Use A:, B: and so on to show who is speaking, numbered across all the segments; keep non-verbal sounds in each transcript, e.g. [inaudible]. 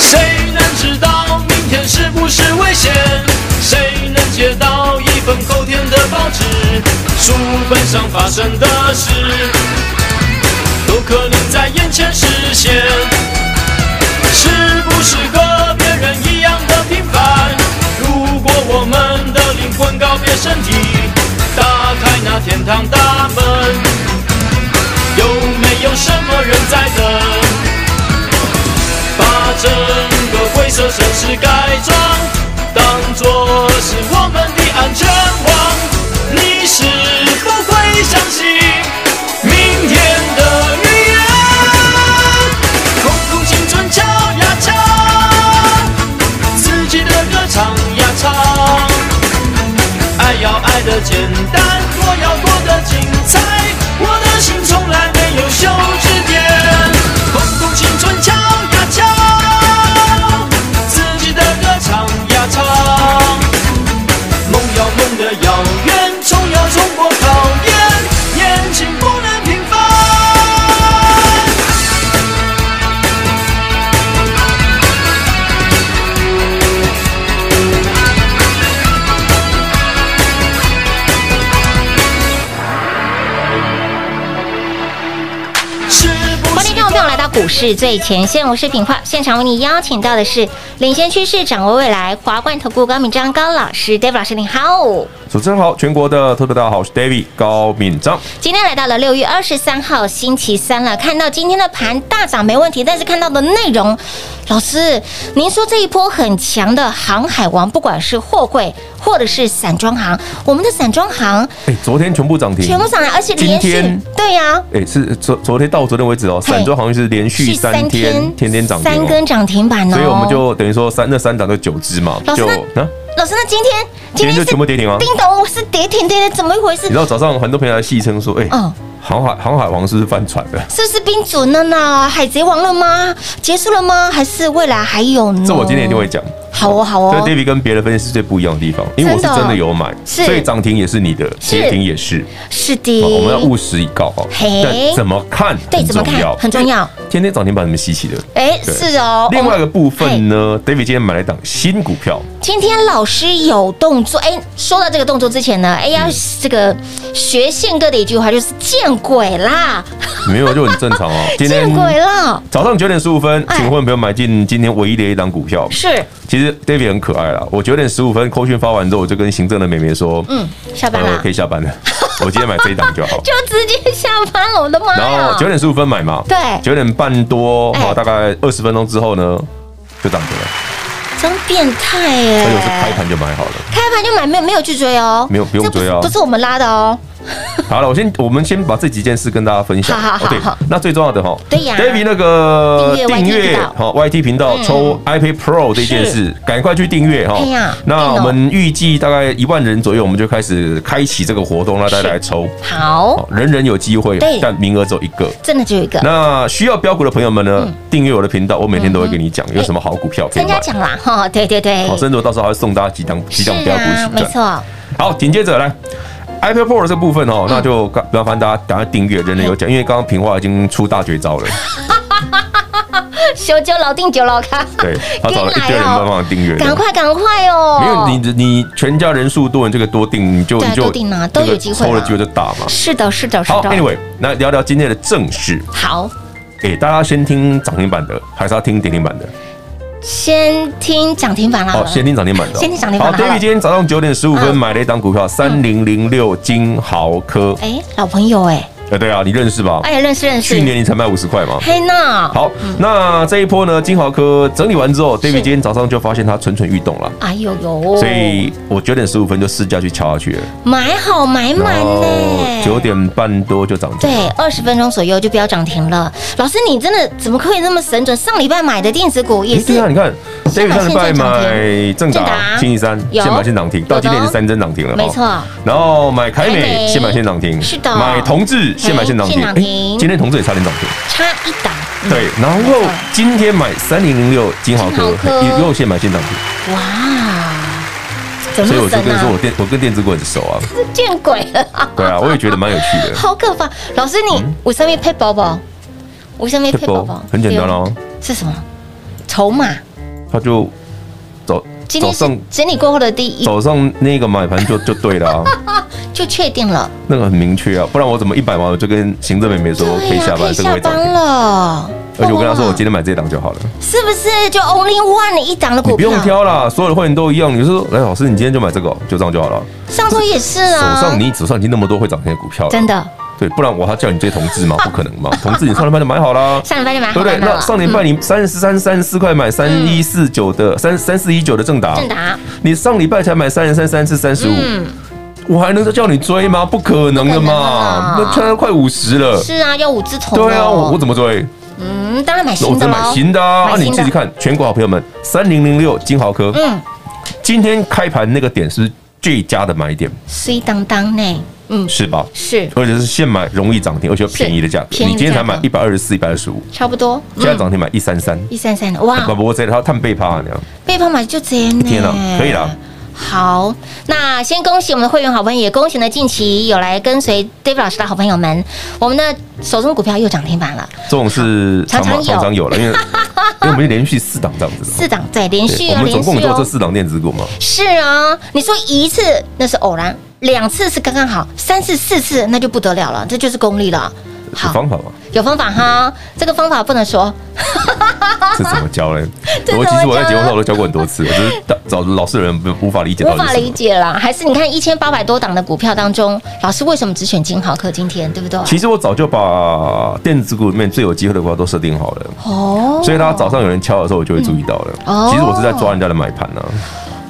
A: 谁能知道明天是不是危险？谁能接到一份后天的报纸？书本上发生的事，都可能在眼前实现。是不是和别人一样的平凡？如果我们的灵魂告别身体，打开那天堂大门，有没有什么人在等？把整个灰色城市改装，当作是我们的安全网。你是否会相信明天的预言？空空青春敲呀敲，自己的歌唱呀唱，爱要爱的简单，过要过得精彩。我的心从来没有休止点，空空青春敲呀敲，自己的歌唱呀唱，梦要梦的遥远，冲要冲过考验，年轻不能平凡。是不
B: 欢迎
A: 是
B: 听众朋友来到股市最前线，我是品化，现场为你邀请到的是领先趋势、掌握未来华冠投顾高敏章高老师，David 老师，你好。
C: 主持人好，全国的特别大家好，我是 David 高敏章。
B: 今天来到了六月二十三号星期三了，看到今天的盘大涨没问题，但是看到的内容，老师，您说这一波很强的航海王，不管是货柜或者是散装行，我们的散装行
C: 哎、昨天全部涨停，
B: 全部上来，而且连
C: 今
B: 续
C: 天，
B: 对呀、
C: 哎、是昨昨天到昨天为止哦，
B: 嘿
C: 散装行业是连续三天，天天涨停、哦，
B: 三根涨停板哦，
C: 所以我们就等于说三那三档就九只嘛
B: 老，师
C: 就
B: 那
C: 啊，
B: 老师，那今天
C: 今天就是全部跌停啊
B: 叮咚，是跌停，跌停，怎么一回事
C: 你知？道早上很多朋友来戏称说，哎、
B: 嗯哦
C: 航海航海王是不是翻船了？
B: 是不是冰准了呢？海贼王了吗？结束了吗？还是未来还有呢？
C: 这我今天一定会讲。
B: 好哦好哦
C: 这 David 跟别的分析师最不一样的地方，因为我是
B: 真的哦
C: 真的有买，
B: 是
C: 所以涨停也是你的，
B: 是
C: 跌停也是。
B: 是的，
C: 哦好我们要务实以告哦。
B: 嘿
C: 但怎么看？
B: 对怎么看很重要。
C: 天天涨停板有什么稀奇的？
B: 哎，
C: 对
B: 是哦。
C: 另外
B: 我
C: 一个
B: 们
C: 部分呢，David 今天买了一档新股票，
B: 今天老师有动作，哎，说到这个动作之前呢，哎呀，这个学宪哥的一句话就是见鬼啦，
C: 没有就很正
B: [laughs]
C: 常哦。今
B: 见鬼了，
C: 早上九点十五分，
B: 哎
C: 请问朋友买进今天唯一的一档股票。
B: 是，
C: 其实 David 很可爱啦，我九点十五分扣讯发完之后，我就跟行政的美眉说，
B: 嗯，下班
C: 呃
B: 啦
C: 可，以下
B: [laughs]
C: 班了，我今天买这一档就好。
B: 就直接下班了，我的妈
C: 然
B: 呀
C: 后！九点十五分买嘛，
B: 对
C: 九点半多，
B: 哎
C: 好，大概二十分钟之后呢，就涨停了，
B: 真变态耶！
C: 所以我哎是开盘就买好了。
B: 开盘就买，没有没有去追哦，
C: 没有不用
B: 这是
C: 追哦
B: 不是我们拉的哦，
C: 好了，我先我们先把这几件事跟大家分享。
B: 好好好
C: 哦对
B: 好，
C: 那最重要的哈，
B: 对呀
C: d a v i d 那个
B: 订阅 YT 频道
C: 好 YT 频道抽 iPad Pro 这件事，赶快去订阅哈
B: 嗯哎呀。
C: 那我们预计大概一万人左右，我们就开始开启这个活动，让大家来抽。
B: 好，
C: 好，人人有机会
B: 对，
C: 但名额只有一个。
B: 真的只有一个，
C: 那需要标股的朋友们
B: 嗯
C: 呢，订阅我的频道，我每天都会跟你讲有什么好股票可以
B: 参加
C: 买。
B: 奖啦，哈，对对对
C: 好，，甚至我到时候还会送大家几档几档标股
B: 啊，
C: 实
B: 没
C: 战。
B: 错，
C: 好，紧接着来 iPad Pro 的这部分哦，
B: 嗯
C: 那就刚麻烦大家赶快订阅，人人有奖，因为刚刚平话已经出大绝招了，
B: [laughs] 修酒老定酒老咖，
C: 对，他找了一堆人帮忙订阅的。
B: 赶快赶快哦，
C: 没有你，你全家人数多，你这个多订，你就
B: 对
C: 你就
B: 多订啊都有机会
C: 抽
B: 啦
C: 的机会就大嘛。
B: 是的，是的，是
C: 好
B: 的
C: ，Anyway，那聊聊今天的正事。哎
B: 好，
C: 诶，大家先听涨停板的，还是要听跌停板的？
B: 先听涨停板啦。好
C: 哦，
B: 了
C: 先听涨停板的哦，
B: 先听涨停板
C: 好
B: 好了
C: ，David 今天早上九点十五分
B: 嗯
C: 买了一档股票三零零六金豪科，
B: 哎，老朋友哎，
C: 呃，对啊，你认识吧？
B: 哎，认识认识。
C: 去年你才卖五十块嘛。
B: 嘿娜，
C: 好，那这一波呢，金豪科整理完之后，David 今天早上就发现它蠢蠢欲动了。
B: 哎呦呦，
C: 所以我九点十五分就试价去敲下去了，
B: 买好买满
C: 然后
B: 呢。
C: 哦九点半多就涨停。
B: 对，二十分钟左右就标涨停了。老师，你真的怎么可以那么神准？上礼拜买的电子股也
C: 诶对
B: 是
C: 啊，你看
B: 现
C: David
B: 买
C: 上
B: 现
C: 礼拜
B: 涨停
C: 买
B: 正
C: 正达
B: 达
C: 七一三，
B: 有哦
C: 现买现涨停，到今天是三针涨停了，
B: 没。错，
C: 然后买凯
B: 凯美
C: 美，现买现涨停，
B: 是的
C: 买同志，现买现涨停
B: 现。涨
C: 诶
B: 停
C: 今天同志也差点涨停。
B: 差一档。嗯
C: 对，然
B: 没
C: 后
B: 错
C: 今天买三零零六金豪科
B: 金豪，科
C: 也又现买现涨停。
B: 哇，怎么
C: 所
B: 那
C: 以我
B: 么
C: 就跟
B: 神
C: 你说，我
B: 啊？
C: 电我跟电子股很熟啊。
B: 见鬼了，[laughs]
C: 对啊，我也觉得蛮有趣的。
B: 好可怕！老师，你我上面配宝宝，我上面配宝宝，
C: 很简单哦，
B: 对，啊是什么？筹码。
C: 他就早
B: 今
C: 早
B: 天是
C: 上
B: 整理过后的第一，
C: 早上那个买盘
B: [laughs]
C: 就就对了啊，
B: 就确定了。
C: 那个很明确啊，不然我怎么一百毛我就跟行政妹妹说可以下
B: 啊
C: 班，
B: 可以
C: 这个
B: 下
C: 会涨
B: 班
C: 停。
B: 了。
C: 而且我跟他说，我
B: 哇
C: 今天买这档就好了，
B: 是不是就 only one 一档的
C: 你
B: 股
C: 不
B: 票？
C: 用挑啦，所有的会员都一样。你就说，哎，老师，你今天就买这个哦，就这样就好了。
B: 上周也是
C: 手
B: 啊，
C: 上你手上已经那么多会涨停的股票了，
B: 真的
C: 对，不然我还叫你追同
B: [laughs]
C: 志吗？不可能嘛，同志你上礼拜就买好啦。
B: 上礼拜就买好
C: 对不对？
B: 了嗯
C: 那
B: 嘛，
C: 上礼拜你三十三、三十四块买三一四九的三三四一九的正达，
B: 嗯正达
C: 你上礼拜才买三十三、三四、三十五，
B: 嗯
C: 我还能再叫你追吗？不可能的嘛，
B: 不可能啊
C: 那现在快五十了。
B: 是啊，要五字头哦。
C: 对啊，我我怎么追？
B: 嗯，当然买
C: 那我
B: 新
C: 只
B: 的
C: 买
B: 喽。
C: 新的啊！
B: 买
C: 啊
B: 新的
C: 你自己看，全国好朋友们，三零零六金豪科，
B: 嗯，
C: 今天开盘那个点是最佳的买点，
B: 碎当当呢，嗯，
C: 是吧？
B: 是
C: 而且是现买容易涨停，而且有便宜的价格。
B: 便宜
C: 你
B: 的
C: 今天才
B: 价格嗯
C: 买一百二十四、一百二十五，
B: 差不多。
C: 现在涨停买一三三，
B: 一三三的，哇，
C: 不不，我这它探背趴那样。
B: 被迫买就这样呢。
C: 天啊可以了。
B: 好，那先恭喜我们的会员好朋友，也恭喜呢近期有来跟随 David 老师的好朋友们，我们的手中股票又涨停板了，
C: 这种是
B: 常常
C: 常
B: 有
C: 常常有了，因
B: [laughs]
C: 为因为我们连续四档这样子的。
B: 四档对，连续
C: 对我
B: 哦，
C: 们
B: 连
C: 总共
B: 续
C: 做这
B: 哦。
C: 四档电子股嘛，
B: 是啊，你说一次那是偶然，两次是刚刚好，三次四次那就不得了了，这就是功力了。
C: 有
B: 好，
C: 方
B: [laughs]
C: 法嘛，
B: 有方法哈，这个方法不能说，
C: 这怎么教嘞？
B: 这
C: 我
B: 怎
C: 其
B: 么
C: 实我在
B: 教
C: 节目上我都教过很多次，我只是找老师的人不无法理解到
B: 无
C: 底是
B: 法
C: 什
B: 理
C: 么。
B: 解啦。还是你看一千八百多档的股票当中，老师为什么只选金豪科今天，对不对？
C: 其实我早就把电子股里面最有机会的股票都设定好了，
B: 哦
C: 所以他早上有人敲的时候，我就会注意到
B: 哦
C: 了。其实我是在抓人家的买盘啊，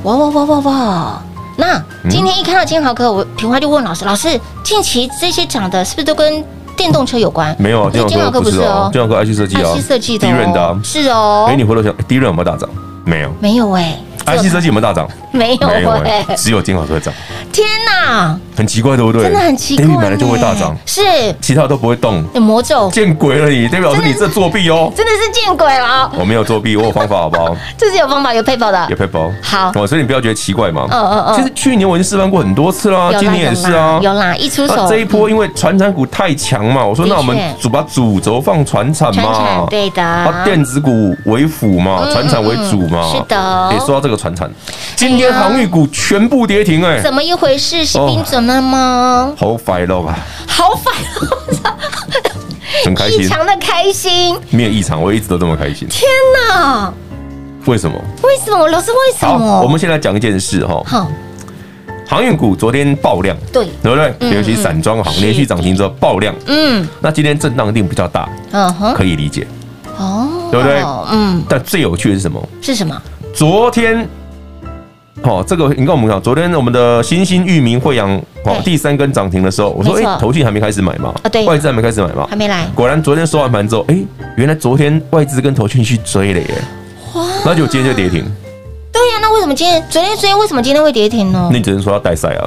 B: 哇哇哇哇哇！那
C: 嗯
B: 今天一看到金豪科，我平花就问老师：“老师，近期这些涨的，是不是都跟电动车有关？”
C: 没有啊，
B: 因为
C: 金
B: 金
C: 豪
B: 豪
C: 科
B: 科
C: 不
B: 不是
C: 是哦
B: 哦，，
C: 金豪科 IC 设计啊
B: ，IC 设计的
C: 低润的啊
B: 哦，，是哦
C: 哎，，你回头想，低润有没有大涨？没有
B: 没有哎，
C: ，IC 设计有没有大涨？
B: 没有
C: 没有哎
B: 哎，，
C: 只有金豪科涨。
B: 天哪，
C: 很奇怪，对不对？
B: 真的很奇怪哎
C: David
B: 呢，
C: 买了就会大涨，
B: 是
C: 其他都不会动，
B: 有魔咒，
C: 见鬼了你！代表是你这作弊哦。
B: 真的是见鬼了，
C: 我没有作弊，我有方法，好不好？
B: 这是有方法有配包的
C: 也，配包。
B: 好
C: 哦，所以你不要觉得奇怪嘛。
B: 嗯嗯嗯
C: 其实去年我已经示范过很多次啦，
B: 有
C: 今
B: 啦
C: 年也是
B: 有
C: 啊
B: 啦。有啦，一出
C: 那
B: 手
C: 这一波因为船产股太强嘛，我说
B: 的确
C: 那我们主把主轴放船产
B: 传产
C: 嘛，
B: 对的，
C: 啊，电子股为辅嘛，
B: 嗯
C: 船产为主嘛。
B: 嗯是的哎
C: 也说到这个船产，今天航运股全部跌停，哎，
B: 怎么一回事？是
C: 哦
B: 冰准了吗？
C: 好快乐啊，
B: 好反，
C: 很开
B: 异
C: 心，
B: 常的开心，
C: 没有异常，我一直都这么开心。
B: 天哪！
C: 为什么？
B: 为什么？老师为什么？
C: 好，我们先来讲一件事哈，
B: 好，
C: 航运股昨天爆量，
B: 对，嗯
C: 对不对？尤其散装行
B: 是
C: 连续涨停之后爆量，
B: 嗯
C: 那今天震荡一定比较大，
B: 嗯哼，
C: 可以理解。
B: 哦，
C: 对不对
B: 嗯，
C: 但最有趣的是什么？
B: 是什么？
C: 昨天，哦，这个你跟我们讲，昨天我们的新兴、域名、惠阳哦
B: 对
C: 第三根涨停的时候，我说
B: 没错
C: 哎，投信还没开始买嘛
B: 啊对，
C: 外资还没开始买嘛
B: 还，没来，
C: 果然昨天收完盘之后，哎，原来昨天外资跟投信去追了耶，那就今天就跌停，
B: 对呀，那为什么今天昨天昨天为什么今天会跌停呢
C: 那？你只能说要带赛啊，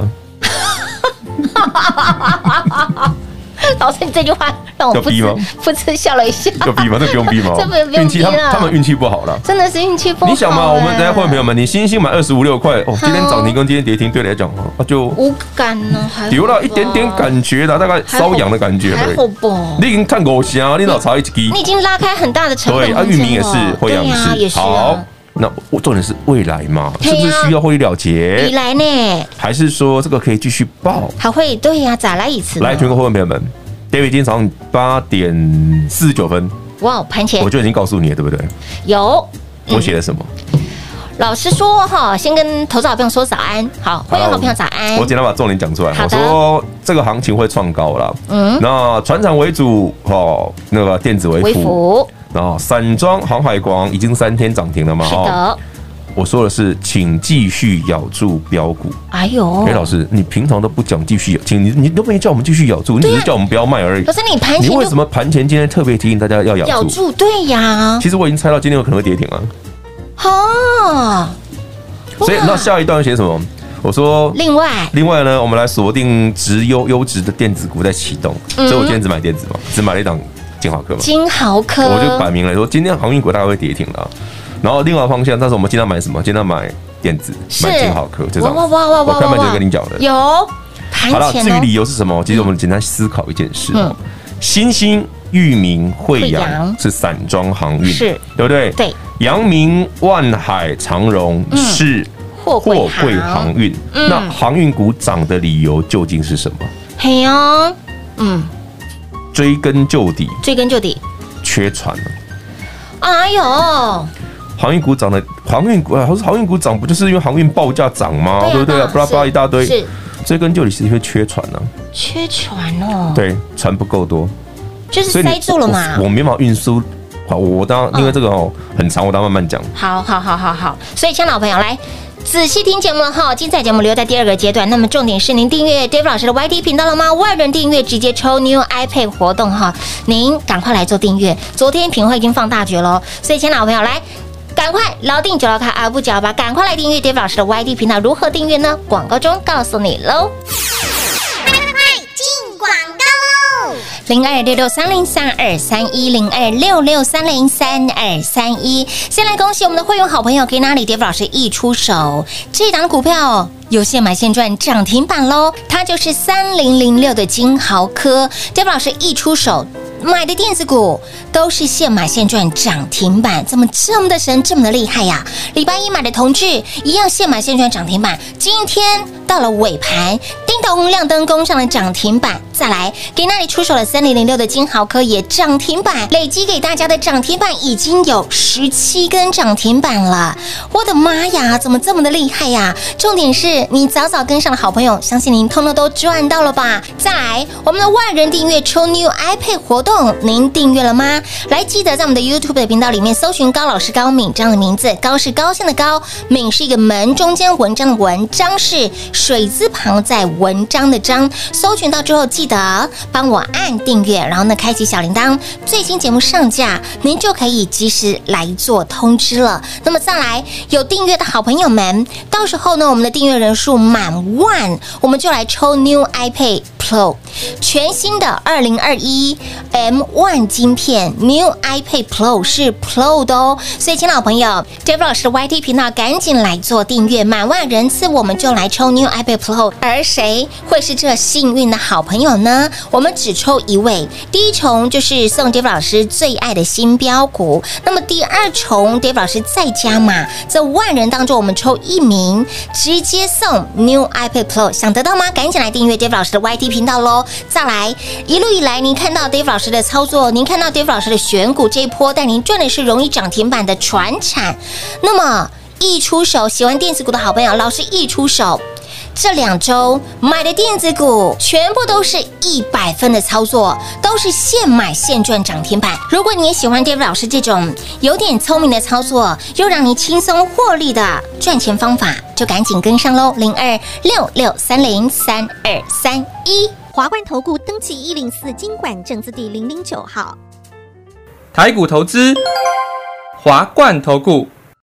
B: 老师，你这句话让我
C: 要
B: 不
C: 逼
B: 知
C: 吗
B: 不知笑了一下，
C: 要逼吗？这不用逼吗
B: [laughs] 这不用？逼
C: 运气他们
B: 了
C: 他们运气不好了。
B: 真的是运气不好。啊欸
C: 你想嘛，我们大家会朋
B: 有
C: 友们，你星星买二十五六块，哦，今天涨停跟今天跌停，对你来讲啊，就
B: 无感呢？还好吧
C: 有了一点点，感觉啦，大概
B: 还好
C: 瘙痒的感觉
B: 还
C: 而已。
B: 好吧？
C: 你已经看狗虾，啊你老查一
B: 你已
C: 鸡，
B: 经拉开很大的成本
C: 对啊，
B: 空
C: 域
B: 间
C: 名也
B: 了
C: 是，惠阳
B: 对呀
C: 也
B: 也
C: 是，
B: 是啊。，
C: 那我重点是未来嘛，
B: 对
C: 是
B: 啊
C: 不是需要获利了
B: 你
C: 结，
B: 来呢？
C: 还是说这个可以继续报？
B: 还会对呀，再来一次呢。
C: 来，全国会员朋友们，David 今天早上八点四十九分，
B: 哇，盘前嗯
C: 我就已经告诉你了，对不对？
B: 有嗯
C: 我写了什么？
B: 老实说哈，先跟投资好朋友说早安，好，会员好朋友早安
C: 我。简单把重点讲出来。
B: 好
C: 我
B: 的
C: 说这个行情会创高啦。
B: 嗯
C: 嗯，那船厂为主，哦，那个电子为
B: 微
C: 辅，
B: 幅
C: 然后散装航海王已经三天涨停了嘛，哦
B: 是的，
C: 我说的是，请继续咬住标股。
B: 哎呦
C: 哎、，老师，你平常都不讲继续咬，请你你都没叫我们继续咬住，你只是叫我们不要卖而已
B: 啊可。是你盘
C: 你
B: 前
C: 为什
B: 就
C: 么盘前今天特别提醒大家要咬住？
B: 咬住，对呀，
C: 其实我已经猜到今天有可能会跌停啊，
B: 哦，
C: 所以
B: 哇
C: 那下一段要写什么？我说，
B: 另外
C: 另外呢，我们来锁定值优优质的电子股在启动，
B: 嗯
C: 所以我今天只买电子嘛，只买了一档建华科嘛，
B: 金豪科，
C: 我就摆明了说，今天航运股大概会跌停了啊。然后另外方向，但是我们今天买什么？今天买电子，
B: 是
C: 买金豪科，就这
B: 哇
C: 样。
B: 哇哇哇哇
C: 我开
B: 哇
C: 盘
B: 哇
C: 就跟你讲了。
B: 有
C: 好了，
B: 盘
C: 至
B: 前
C: 于理
B: 哦，
C: 由是什么，其实我们简单思考一件事
B: 嗯
C: 哦。新兴、裕民、惠
B: 惠
C: 阳
B: 阳
C: 是散装航运，
B: 是
C: 对不对？
B: 对，嗯
C: 阳明、万海、长荣是
B: 货柜
C: 货柜
B: 行
C: 航运。
B: 嗯
C: 那航运股涨的理由究竟是什么？
B: 嘿哦，嗯，
C: 追根究底，
B: 追根究底，
C: 缺船了。
B: 哎呦，
C: 航运股涨的航运股啊，或是航运股涨，不就是因为航运报价涨吗？对不对啊？
B: 是
C: 巴拉巴拉一大堆，
B: 是
C: 追根究底是因为缺船呢。
B: 缺船哦，，
C: 对，船不够多，
B: 就是
C: 你
B: 塞住了嘛
C: 我我。没办法运输。好，我我当然因为这个哦很长，我当然慢慢讲。
B: 好好好好好，所以，亲爱的老朋友，来仔细听节目了哈。精彩节目留在第二个阶段，那么重点是您订阅 Dave 老师的 YT 频道了吗？万人订阅直接抽 New iPad 活动哈，您赶快来做订阅。昨天品会已经放大绝喽，所以，亲爱的老朋友，来。赶快牢定九老卡啊不脚吧，赶快来订阅 Dave 老师的 YT 频道。如何订阅呢？广告中告诉你喽。零二六六三零三二三一零二六六三零三二三一。先来恭喜我们的会员好朋友给哪里跌 e 老师一出手，这档股票。哦有现买现赚涨停板喽，它就是三零零六的金豪科。d a v 老师一出手买的电子股都是现买现赚涨停板，怎么这么的神，这么的厉害呀、礼拜一买的同志一样现买现赚涨停板，今天到了尾盘，叮咚亮灯攻上了涨停板。再来，给那里出手了三零零六的金豪科也涨停板，累积给大家的涨停板已经有十七根涨停板了。我的妈呀，怎么这么的厉害呀、重点是你早早跟上的好朋友，相信您通通都赚到了吧？再来，我们的万人订阅抽 New iPad 活动，您订阅了吗？来，记得在我们的 YouTube 的频道里面搜寻高老师高敏这样的名字，高是高兴的高，敏是一个门中间文章的文，章是水字旁在文章的章。搜寻到之后，记得帮我按订阅，然后呢开启小铃铛，最新节目上架，您就可以及时来做通知了。那么再来，有订阅的好朋友们，到时候呢，我们的订阅人数满万，我们就来抽 New iPad Pro 全新的二零二一 M One 晶片，New iPad Pro 是 Pro 的哦。所以，亲老朋友 d a v i d 老师的 YT 频道赶紧来做订阅，满万人次我们就来抽 New iPad Pro。而谁会是这幸运的好朋友呢？我们只抽一位，第一重就是送 d a v i d 老师最爱的新标股，那么第二重 d a v i d 老师再加码，这万人当中我们抽一名，直接送 New iPad Pro，想得到吗？赶紧来订阅 Dave 老师的 YT 频道喽！再来，一路以来您看到 Dave 老师的操作，您看到 Dave 老师的选股这一波，但您赚的是容易涨停板的船产。那么一出手，喜欢电子股的好朋友，老师一出手。这两周买的电子股全部都是一百分的操作，都是现买现赚涨停板。如果你也喜欢 David 老师这种有点聪明的操作，又让你轻松获利的赚钱方法，就赶紧跟上喽！零二六六三零三二三一。
D: 华冠投顾登记一零四经管证字第零零九号。
E: 台股投资，华冠投顾。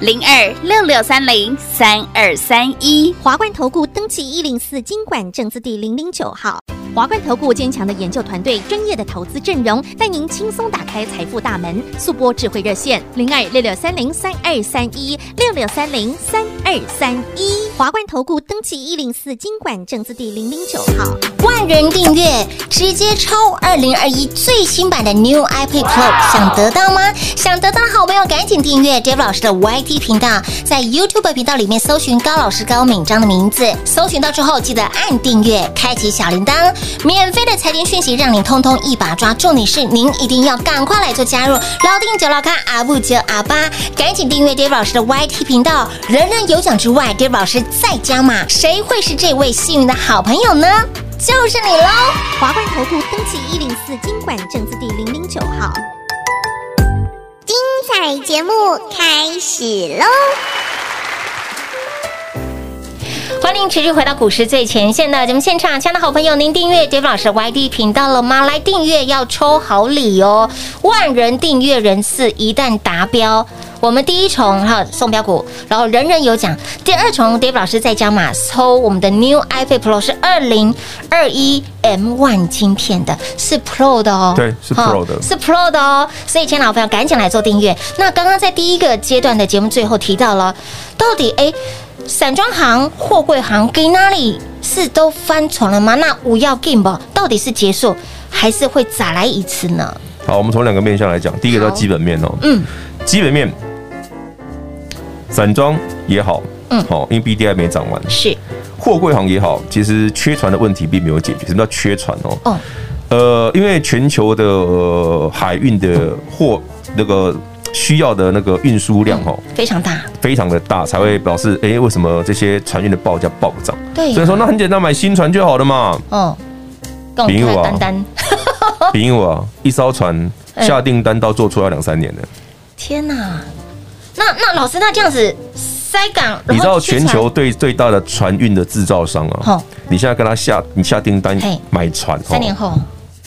F: 零二六六三零三二三一。
B: 华冠投顾登记一零四经管证字第零零九号。华冠投顾坚强的研究团队，专业的投资阵容，带您轻松打开财富大门。速播智慧热线零二六六三零三二三一六六三零三二三一。华冠投顾登记一零四经管证字第零零九号。
G: 万人订阅，直接抽二零二一最新版的 New iPad Pro，想得到吗？想得到的好朋友赶紧订阅 Dave 老师的 YT 频道，在 YouTube 频道里面搜寻高老师高敏章的名字，搜寻到之后记得按订阅，开启小铃铛，免费的财经讯息让你通通一把抓。重点是您一定要赶快来做加入，老定九老咖阿布九阿八，赶紧订阅 Dave 老师的 YT 频道，人人有奖之外，Dave 老师再加码，谁会是这位幸运的好朋友呢？就是你喽！
B: 华冠投顾登记一零四经管证字第零零九号。
H: 精彩节目开始喽！
G: 欢迎持续回到股市最前线的节目现场，亲爱的好朋友，您订阅 Dave 老师的 YD 频道了吗？来订阅要抽好礼哦！万人订阅人次一旦达标，我们第一重哈送标股，然后人人有奖；第二重 Dave 老师再加码抽我们的 New iPad Pro 是二零二一 M One 晶片的，是 Pro 的哦，
C: 对是
G: 哈
C: Pro 的
G: 是 Pro 的哦，所以，亲爱的好朋友，赶紧来做订阅。那刚刚在第一个阶段的节目最后提到了，到底哎，散装行、货柜行给哪里是都翻船了吗？那五要 game 吧，到底是结束还是会再来一次呢？
C: 好，我们从两个面向来讲，第一个叫基本面哦，
G: 嗯，
C: 基本面，散装也好，
G: 嗯
C: 好，因为 B D I 没涨完，
G: 是
C: 货柜行也好，其实缺船的问题并没有解决。什么叫缺船哦？
G: 哦，
C: 呃，因为全球的、呃海运的货那个需要的那个运输量哦，
G: 非常大，
C: 非常的大，才会表示，哎、为什么这些船运的报价暴涨？
G: 对哎呀
C: 所以说那很简单，买新船就好了嘛。
G: 哦，跟我
C: 比
G: 们
C: 我
G: 单单，哦
C: 比如啊，一艘船
G: 嗯
C: 下订单到做出要两三年的，
G: 天哪！那那老师，那这样子塞港，
C: 你知
G: 然
C: 道
G: 后去
C: 全
G: 船
C: 球最最大的船运的制造商啊
G: 哦，
C: 你现在跟他下你下订单
G: 嘿
C: 买船哦，
G: 三年后，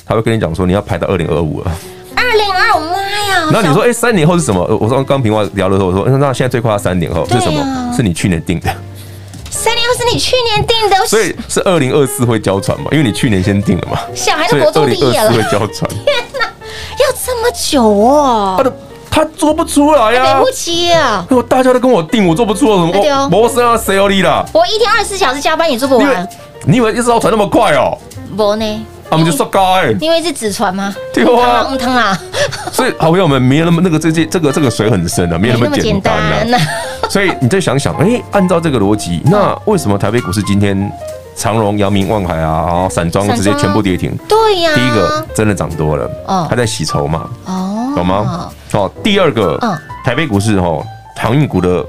C: 他会跟你讲说你要排到二零二五了。
G: 二零二，妈呀！
C: 那你说，哎、三年后是什么？呃我说刚平话聊的时候，我说哎那那现在最快要三年后
G: 对
C: 是什
G: 啊
C: 么？是你去年定的， [laughs]
G: 三年后是你去年定的，
C: 所以是二零二四会交船嘛？因为你去年先定了嘛，
G: 小孩
C: 所
G: 都
C: 以二
G: 国中毕
C: 零二
G: 业
C: 四
G: 了
C: 会，交
G: [laughs]
C: 船。
G: 要这么久哦
C: 他，的他做不出来呀、啊
G: 哎等不。及啊！
C: 如果大家都跟我定，我做不出了，
G: 哎对
C: 什
G: 哦啊
C: 么？我我身上谁有力啦？
G: 我一天二十四小时加班也做不
C: 你以
G: 完
C: 为，你以为一艘船那么快哦？
G: 不呢？
C: 啊我们就说高哎，
G: 因为是纸船吗？
C: 对
G: 嗯汤
C: 啊
G: 啦，嗯汤啦，
C: 所以好朋友们没有那么那个这这这个这个水很深啊，没
G: [laughs]
C: 有那么简单啊。
G: 呢。
C: 所以你再想想，哎、按照这个逻辑，那为什么台北股市今天长荣、阳明、万海啊，然后散装
G: 散装
C: 直接全部跌停？
G: 对呀，
C: 第一个真的涨多了，
G: 哦
C: 它在洗筹嘛，
G: 哦，
C: 懂吗？？哦，第二个
G: 嗯，
C: 台北股市哦，航运股的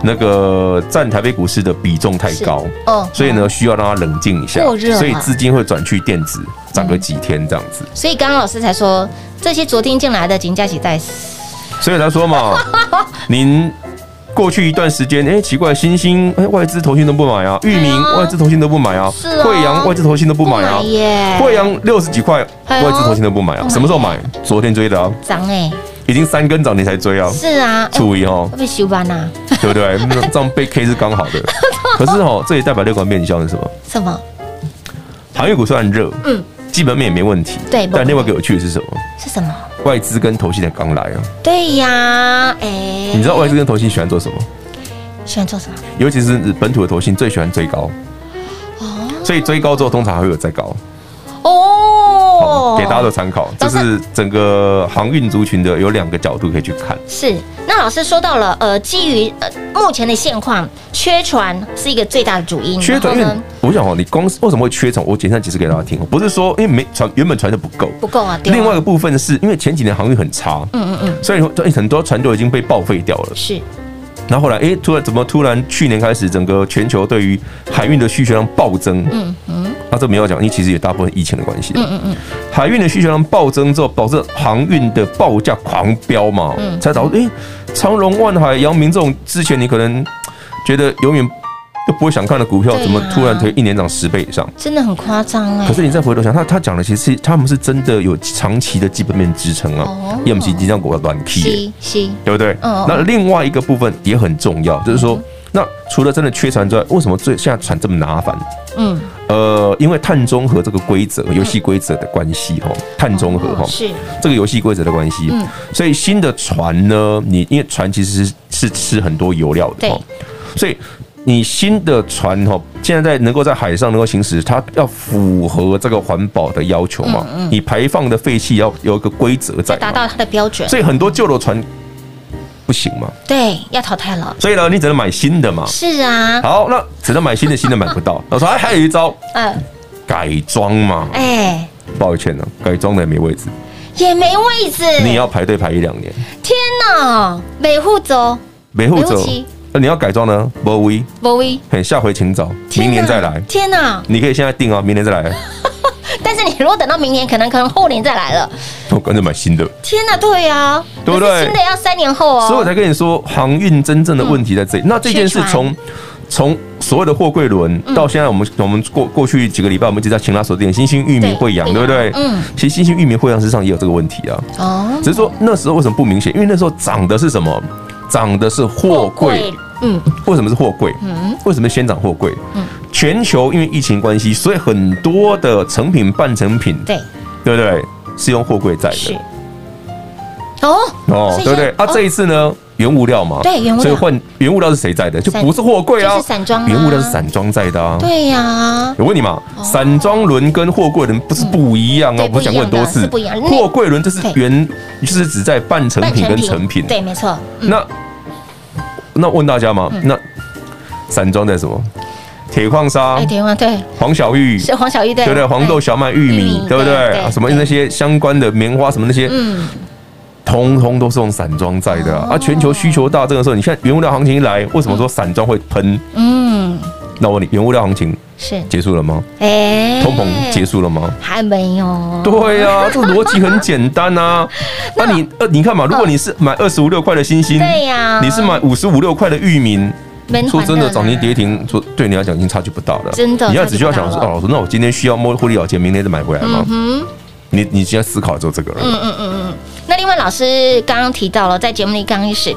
C: 那个占台北股市的比重太高
G: 是，哦
C: 所以呢需要让它冷静一下
G: 过热，了
C: 所以资金会转去电子，涨个几天这样子。
G: 所以刚刚老师才说，这些昨天进来的金佳喜在
C: 所以他说
G: [laughs]
C: 嘛，您过去一段时间，哎、奇怪，星星，哎、外资投信都不买啊，域名、
G: 对啊
C: 外资投信都不买啊
G: 是啊，
C: 惠阳外资投信都不买啊，
G: 耶，
C: 惠阳六十几块，
G: 哎呦
C: 外资投信都不买啊，什么时候买？昨天追的啊，
G: 涨哎，
C: 已经三根涨停才追啊，
G: 是啊，哎
C: 注意哦
G: 会，不会休班啊呐？
C: 对不对？ [laughs] 那这样被 K 是刚好
G: [laughs]
C: 的，可是哦，这也代表六个面向是什么？
G: 什么？
C: 行业股虽然热，
G: 嗯
C: 嗯，基本面也没问题，
G: 对不
C: 但另外一个有趣的是什么？
G: 是什么？
C: 外资跟投信才刚来啊，
G: 对呀，哎，
C: 你知道外资跟投信喜欢做什么？
G: 喜欢做什么？
C: 尤其是本土的投信最喜欢追高，所以追高之后通常还会有再高，
G: 哦，
C: 给大家做参考。这是整个航运族群的有两个角度可以去看，
G: 是，那老师说到了，呃，基于呃目前的现况，缺船是一个最大的主因。
C: 缺船，因
G: 然
C: 为
G: 后呢
C: 我想哦，你公司为什么会缺船？我简单解释给大家听，哦不是说因为没船原本船就不够。
G: 不够啊，对啊
C: 另外一个部分是因为前几年航运很差，
G: 嗯嗯嗯，
C: 所以很多船都已经被报废掉了。
G: 是
C: 然后后来，哎，突然怎么突然去年开始，整个全球对于海运的需求量暴增。嗯嗯，那这没有讲，因为其实也大部分疫情的关系。嗯嗯嗯，海运的需求量暴增之后，导致航运的报价狂飙嘛，才导致哎，长荣、万海、阳明这种之前你可能觉得永远。又不会想看的股票，
G: 对啊
C: 怎么突然可以一年涨十倍以上？
G: 真的很夸张哎
C: 可。是你再回头想，他他讲的其实是他们是真的有长期的基本面支撑啊
G: 哦，
C: 要么是金像股的软 key 耶
G: 是是，
C: 对不对？
G: 嗯
C: 那另外一个部分也很重要，就是说，那除了真的缺船之外，为什么最现在船这么麻烦？
G: 嗯，
C: 呃，因为碳中和这个规则、游戏规则的关系哈，碳中和哈
G: 哦，是
C: 这个游戏规则的关系，
G: 嗯
C: 所以新的船呢，你因为船其实是是吃很多油料的
G: 对
C: 哦，所以你新的船哈，现在在能够在海上能够行驶，它要符合这个环保的要求嘛，你排放的废气要有一个规则在
G: 嗯要达
C: 嘛，
G: 到它的标准，
C: 所以很多旧的船不行嘛，
G: 对，要淘汰了。
C: 所以呢，你只能买新的嘛。
G: 是啊，
C: 好，那只能买新的，新的买不到。我 [laughs] 说，哎，还有一招
G: 嗯，
C: 改装嘛，
G: 哎，
C: 抱歉了、改装的也没位置，
G: 也没位置。
C: 你也要排队排一两年。
G: 天哪，北户走，
C: 没护
G: 没
C: 者
G: 护期，
C: 那你要改装呢？不威，
G: 博威，
C: 嘿，下回请早，
G: 天
C: 明
G: 哪
C: 年再来。
G: 天哪！
C: 你可以现在定啊，明年再来， [laughs]
G: 但是你如果等到明年，可能可能后年再来了。
C: 我干脆买新的。
G: 天哪，对啊，
C: 对不对
G: 可是新的要三年后哦。
C: 所以我才跟你说，航运真正的问题在这里。那这件事
G: 缺船
C: 从
G: 嗯
C: 从所谓的货柜轮到现在，我们我们过过去几个礼拜，我们一直在请他锁定新兴玉米、
G: 对
C: 惠阳，对不对？
G: 嗯，
C: 其实新兴玉米、惠阳市场也有这个问题啊。
G: 哦，
C: 只是说那时候为什么不明显？因为那时候涨的是什么？涨的是货柜。，
G: 嗯，
C: 为什么是货柜？为什么先涨货柜？全球因为疫情关系，所以很多的成品、半成品，
G: 对，
C: 对不对？是用货柜载
G: 是
C: 的。
G: 哦，
C: 哦
G: 所，以
C: 对不对
G: 现？在
C: 啊，这一次呢，原物料嘛，
G: 对原物料
C: 所以换原物料是谁载的？就
G: 散
C: 不是货柜啊，
G: 就是散装啊
C: 原物料是散装载的啊。
G: 哦对呀，
C: 我问你嘛，散装轮跟货柜轮不是不一样哦？
G: 对
C: 我不是讲过很多次，
G: 不一样的是不一样
C: 货柜轮就是
G: 对
C: 原，就是只在半成品跟成品。啊
G: 对，嗯没错，
C: 那那问大家
G: 嗯
C: 嘛，那散装在什么？铁矿砂
G: 哎，、对吗？对，
C: 黄小玉，
G: 是黄小玉对，
C: 对不对？黄豆、
G: 哎，
C: 小麦、玉
G: 玉
C: 米
G: 米，
C: 对不对
G: 对对？
C: 啊什么
G: 对
C: 那些相关的棉花什么那些，
G: 嗯，
C: 通通都是用散装载的啊。
G: 哦
C: 啊全球需求大增的时候，你看原物料行情一来，为什么说散装会喷？
G: 嗯，
C: 那我问你，原物料行情
G: 是，
C: 结束了吗？
G: 哎，哦
C: 通膨结束了吗？
G: 还没有，
C: 对啊呀、这个逻辑很简单
G: [laughs]
C: 啊。那你呃，你看嘛，如果你是买二十五六块的星星，
G: 哦对啊呀
C: 你是买五十五六块的玉米，
G: 没
C: 说真的，
G: 还呢
C: 涨停跌停，说对你来讲已经差距不大了。
G: 真的
C: 你要
G: 差距
C: 只需要
G: 不大
C: 想说，
G: 了
C: 哦，老师，那我今天需要摸获利了结，明天再买回来吗？
G: 嗯，
C: 你你现在思考就这个了。
G: 嗯嗯嗯嗯。那另外，老师刚刚提到了，在节目里刚开始，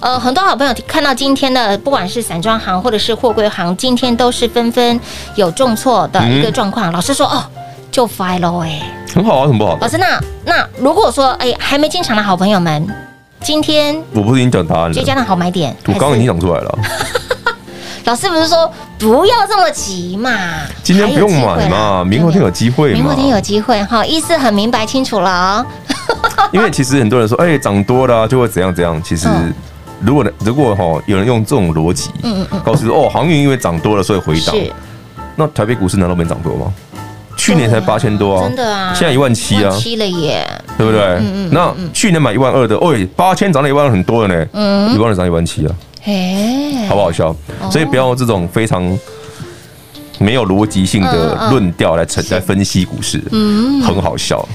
G: 呃，很多好朋友看到今天的，不管是散装行或者是货柜行，今天都是纷纷有重挫的
C: 嗯
G: 一个状况。老师说，哦，就 f i l o 哎，
C: 很好啊，很不好
G: 老？师，那那如果说，哎，还没进场的好朋友们，今天
C: 我不是已经讲答案
G: 追加
C: 了？
G: 的好买点，
C: 嗯我刚刚已
G: 还
C: 经
G: 是
C: 讲出来了，
G: 老师不是说不要这么急嘛，
C: 今天不用
G: 还有
C: 买
G: 机会啊啦
C: 嘛，明后天有机会
G: 明后
C: 嘛。
G: 天有机会哈，意思很明白清楚了哦。
C: 因为其实很多人说，哎，涨多了啊就会怎样怎样。其实
G: 嗯
C: 如果呢如果哈有人用这种逻辑，
G: 嗯嗯嗯，
C: 告诉你哦，航运因为涨多了所以回档，
G: 是
C: 那台北股市难道没涨多吗？去年才
G: 对啊
C: 八千多啊，
G: 真的啊
C: 现在一万七啊
G: 万，七了耶，
C: 对不对？
G: 嗯嗯嗯
C: 那去年买一万二的，哦，八千涨了一万二，很多了呢，一
G: 嗯，哦
C: 万二涨一万七啊，
G: 哎，
C: 好不好笑？所以不要用这种非常没有逻辑性
G: 嗯嗯
C: 的
G: 嗯
C: 论调来成来分析股市，
G: 嗯，
C: 很好笑。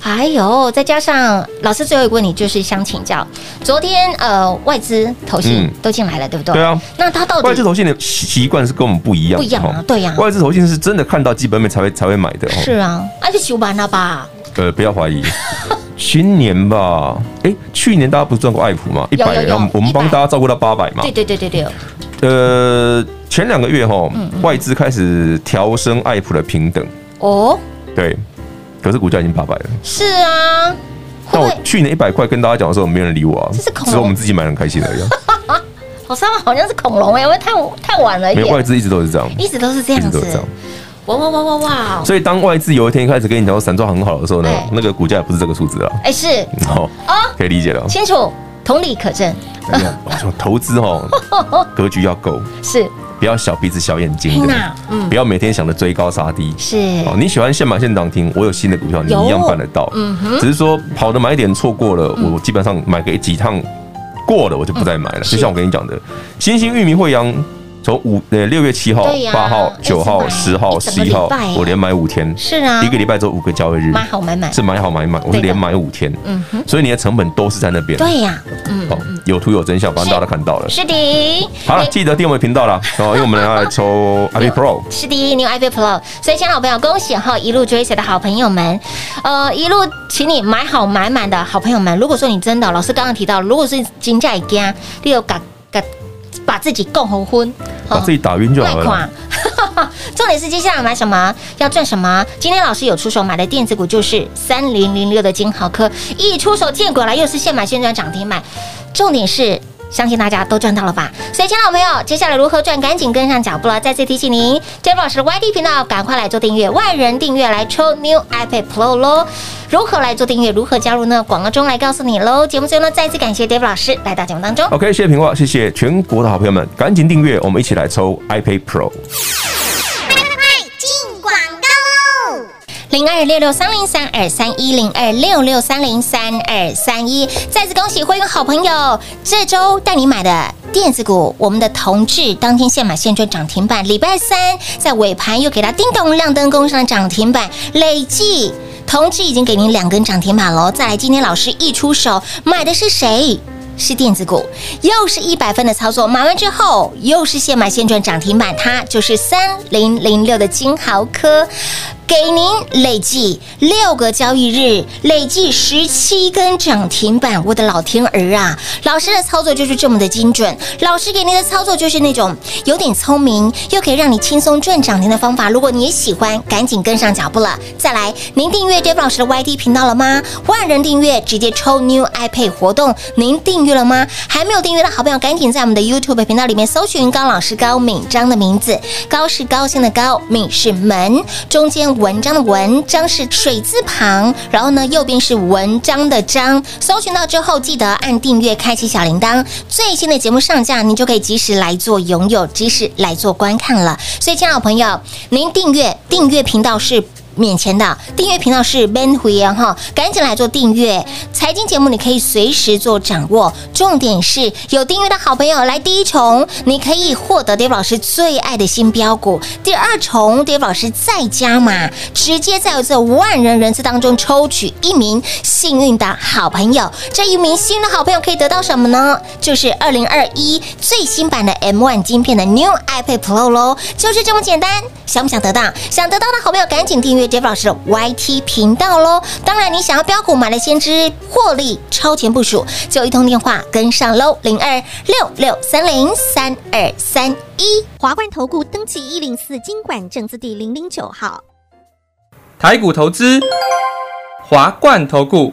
G: 还有再加上老师最后一个问题就是想请教，昨天呃外资投信
C: 嗯
G: 都进来了，对不对？
C: 对啊，
G: 那他到底
C: 外资投信的习习惯是跟我们不一样的，
G: 不一样啊
C: 哦
G: 对呀
C: 外资投信是真的看到基本面才会才会买的，哦
G: 是啊，那就修完了吧？
C: 呃，不要怀疑。新年吧，哎、去年大家不是赚过爱普吗？一
G: 有
C: 百，
G: 有有
C: 然后我们帮
G: 100
C: 大家照顾到八百嘛。
G: 对对对对对，
C: 呃，前两个月哈，外资开始调升爱普的平等，
G: 哦，
C: 对，可是股价已经八百了。
G: 是啊，会
C: 但
G: 不
C: 我
G: 会
C: 去年一百块跟大家讲的时候，没有人理我啊，
G: 这是恐龙
C: 只有我们自己买得很开心
G: [laughs]
C: 而已啊。
G: 好像好像是恐龙哎，因为太太晚了
C: 没有
G: 耶，
C: 外资一直都是这样，
G: 一直都是这
C: 一
G: 样
C: 直都
G: 子
C: 是这样。，
G: 哇哇哇哇哇！
C: 所以当外资有一天开始跟你讲说散装很好的时候呢
G: 哎，
C: 那个股价也不是这个数字啊，
G: 哎，是哦
C: 好，可以理解了。
G: 清楚，同理可证，
C: 哎呀我说投资
G: [laughs]
C: 哦，格局要够，
G: 是
C: 不要小鼻子小眼睛
G: 嘿
C: 的
G: 娜，嗯
C: 不要每天想着追高杀低。
G: 是，
C: 哦，你喜欢现买现涨停，我有新的股票，你
G: 有
C: 一样办得到。
G: 嗯哼嗯
C: 只是说好的买点错过了，我基本上买个几趟过了，我就不再买了。就像我跟你讲的，新兴、域名、惠阳从五呃六月七号
G: 对、呀
C: 八号、九号、
G: 一直买
C: 十号、
G: 一整个
C: 十
G: 礼
C: 一号
G: 拜耶，
C: 我连买五天，
G: 是啊
C: 一，个礼拜之后五个交易日，
G: 买好买满，
C: 是买好买满，我
G: 对
C: 是
G: 的
C: 连买五天，
G: 嗯哼，
C: 所以你的成本都是在那边。
G: 对呀，嗯，
C: 好，哦有图有真相，反正大家都看到了。
G: 是哎的，
C: 好了，记得订阅我们频道了哦，因为我们要来
G: [laughs]
C: 抽 IP Pro。
G: 是的，New iPad Pro。所以，亲爱的好朋友，恭喜哈一路追随的好朋友们，呃，一路请你买好买满的好朋友们。如果说你真的，老师刚刚提到，如果是金价一家，你有嘎嘎把自己供红昏，哦
C: 把自己打晕就好了啦。
G: 款。 [laughs] 重点是接下来买什么，要赚什么。今天老师有出手买的电子股就是三零零六的金豪科，一出手见鬼了，又是现买现赚涨停板。重点是。相信大家都赚到了吧？所以，亲爱的朋友，接下来如何赚，赶紧跟上脚步了。再次提醒您 j e 老师的 YT 频道，赶快来做订阅，万人订阅来抽 New iPad Pro 喽！如何来做订阅，如何加入呢？广告中来告诉你喽。节目最后呢，再次感谢 Dave 老师来到节目当中。
C: OK，谢谢平话，谢谢全国的好朋友们，赶紧订阅，我们一起来抽 iPad Pro。
H: 进广告喽！
G: 零二六六三零三二三一零二六六三零三二三一。再次恭喜会员好朋友，这周带你买的电子股，我们的同志当天现买现赚涨停板，礼拜三在尾盘又给它叮咚亮灯攻上涨停板，累计。同志已经给您两根涨停板喽，再来，今天老师一出手买的是谁？是电子股，又是一百分的操作，买完之后又是现买现赚涨停板，它就是三零零六的金豪科，给您累计六个交易日，累计十七根涨停板，我的老天儿啊！老师的操作就是这么的精准，老师给您的操作就是那种有点聪明，又可以让你轻松赚涨停的方法。如果你也喜欢，赶紧跟上脚步了。再来，您订阅 Dave 老师的 YT 频道了吗？万人订阅直接抽 New iPad 活动，您订阅了吗？还没有订阅的好朋友，赶紧在我们的 YouTube 频道里面搜寻高老师高敏章的名字，高是高兴的高，敏是门，中间文章的文，章是水字旁，然后呢右边是文章的章。搜寻到之后，记得按订阅，开启小铃铛，最新的节目上架，您就可以及时来做拥有，及时来做观看了。所以，亲爱的朋友，您订阅订阅频道是。免钱的订阅频道是 Ben 胡言哈，赶紧来做订阅。财经节目你可以随时做掌握，重点是有订阅的好朋友来第一重，你可以获得 Dave 老师最爱的新标股；第二重，Dave 老师再加码，直接在这万人人次当中抽取一名幸运的好朋友。这一名幸运的好朋友可以得到什么呢？就是二零二一最新版的 M1 晶片的 New iPad Pro 喽，就是这么简单。想不想得到？想得到的好朋友赶紧订阅 Dave 老师的 YT 频道喽。当然，你想要标股买了先知获利超前部署，就一通电话跟上喽，零二六六三零三二三一。
B: 华冠投顾登记一零四经管证字第零零九号。
E: 台股投资，华冠投顾。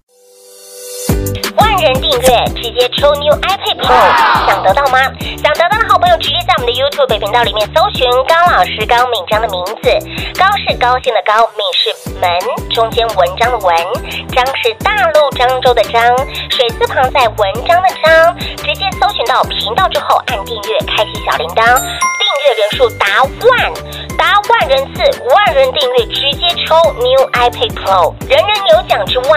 I: 万人订阅直接抽 New iPad Pro，想得到吗？想得到的好朋友，直接在我们的 YouTube 频道里面搜寻高老师高敏章的名字，高是高兴的高，敏是门，中间文章的文，章是大陆漳州的漳，水字旁在文章的章，直接搜寻到频道之后按订阅，开启小铃铛，订阅人数达万，达万人次，万人订阅直接抽 New iPad Pro，人人有奖之外，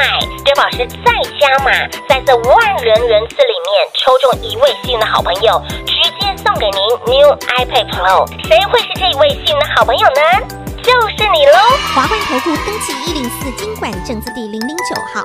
I: 珍宝石再加码，在这万人人次里面抽中一位幸运的好朋友，直接送给您 New iPad Pro，谁会是这一位幸运的好朋友呢？就是你喽！
B: 华冠投顾登记一零四经管证字第零零九号。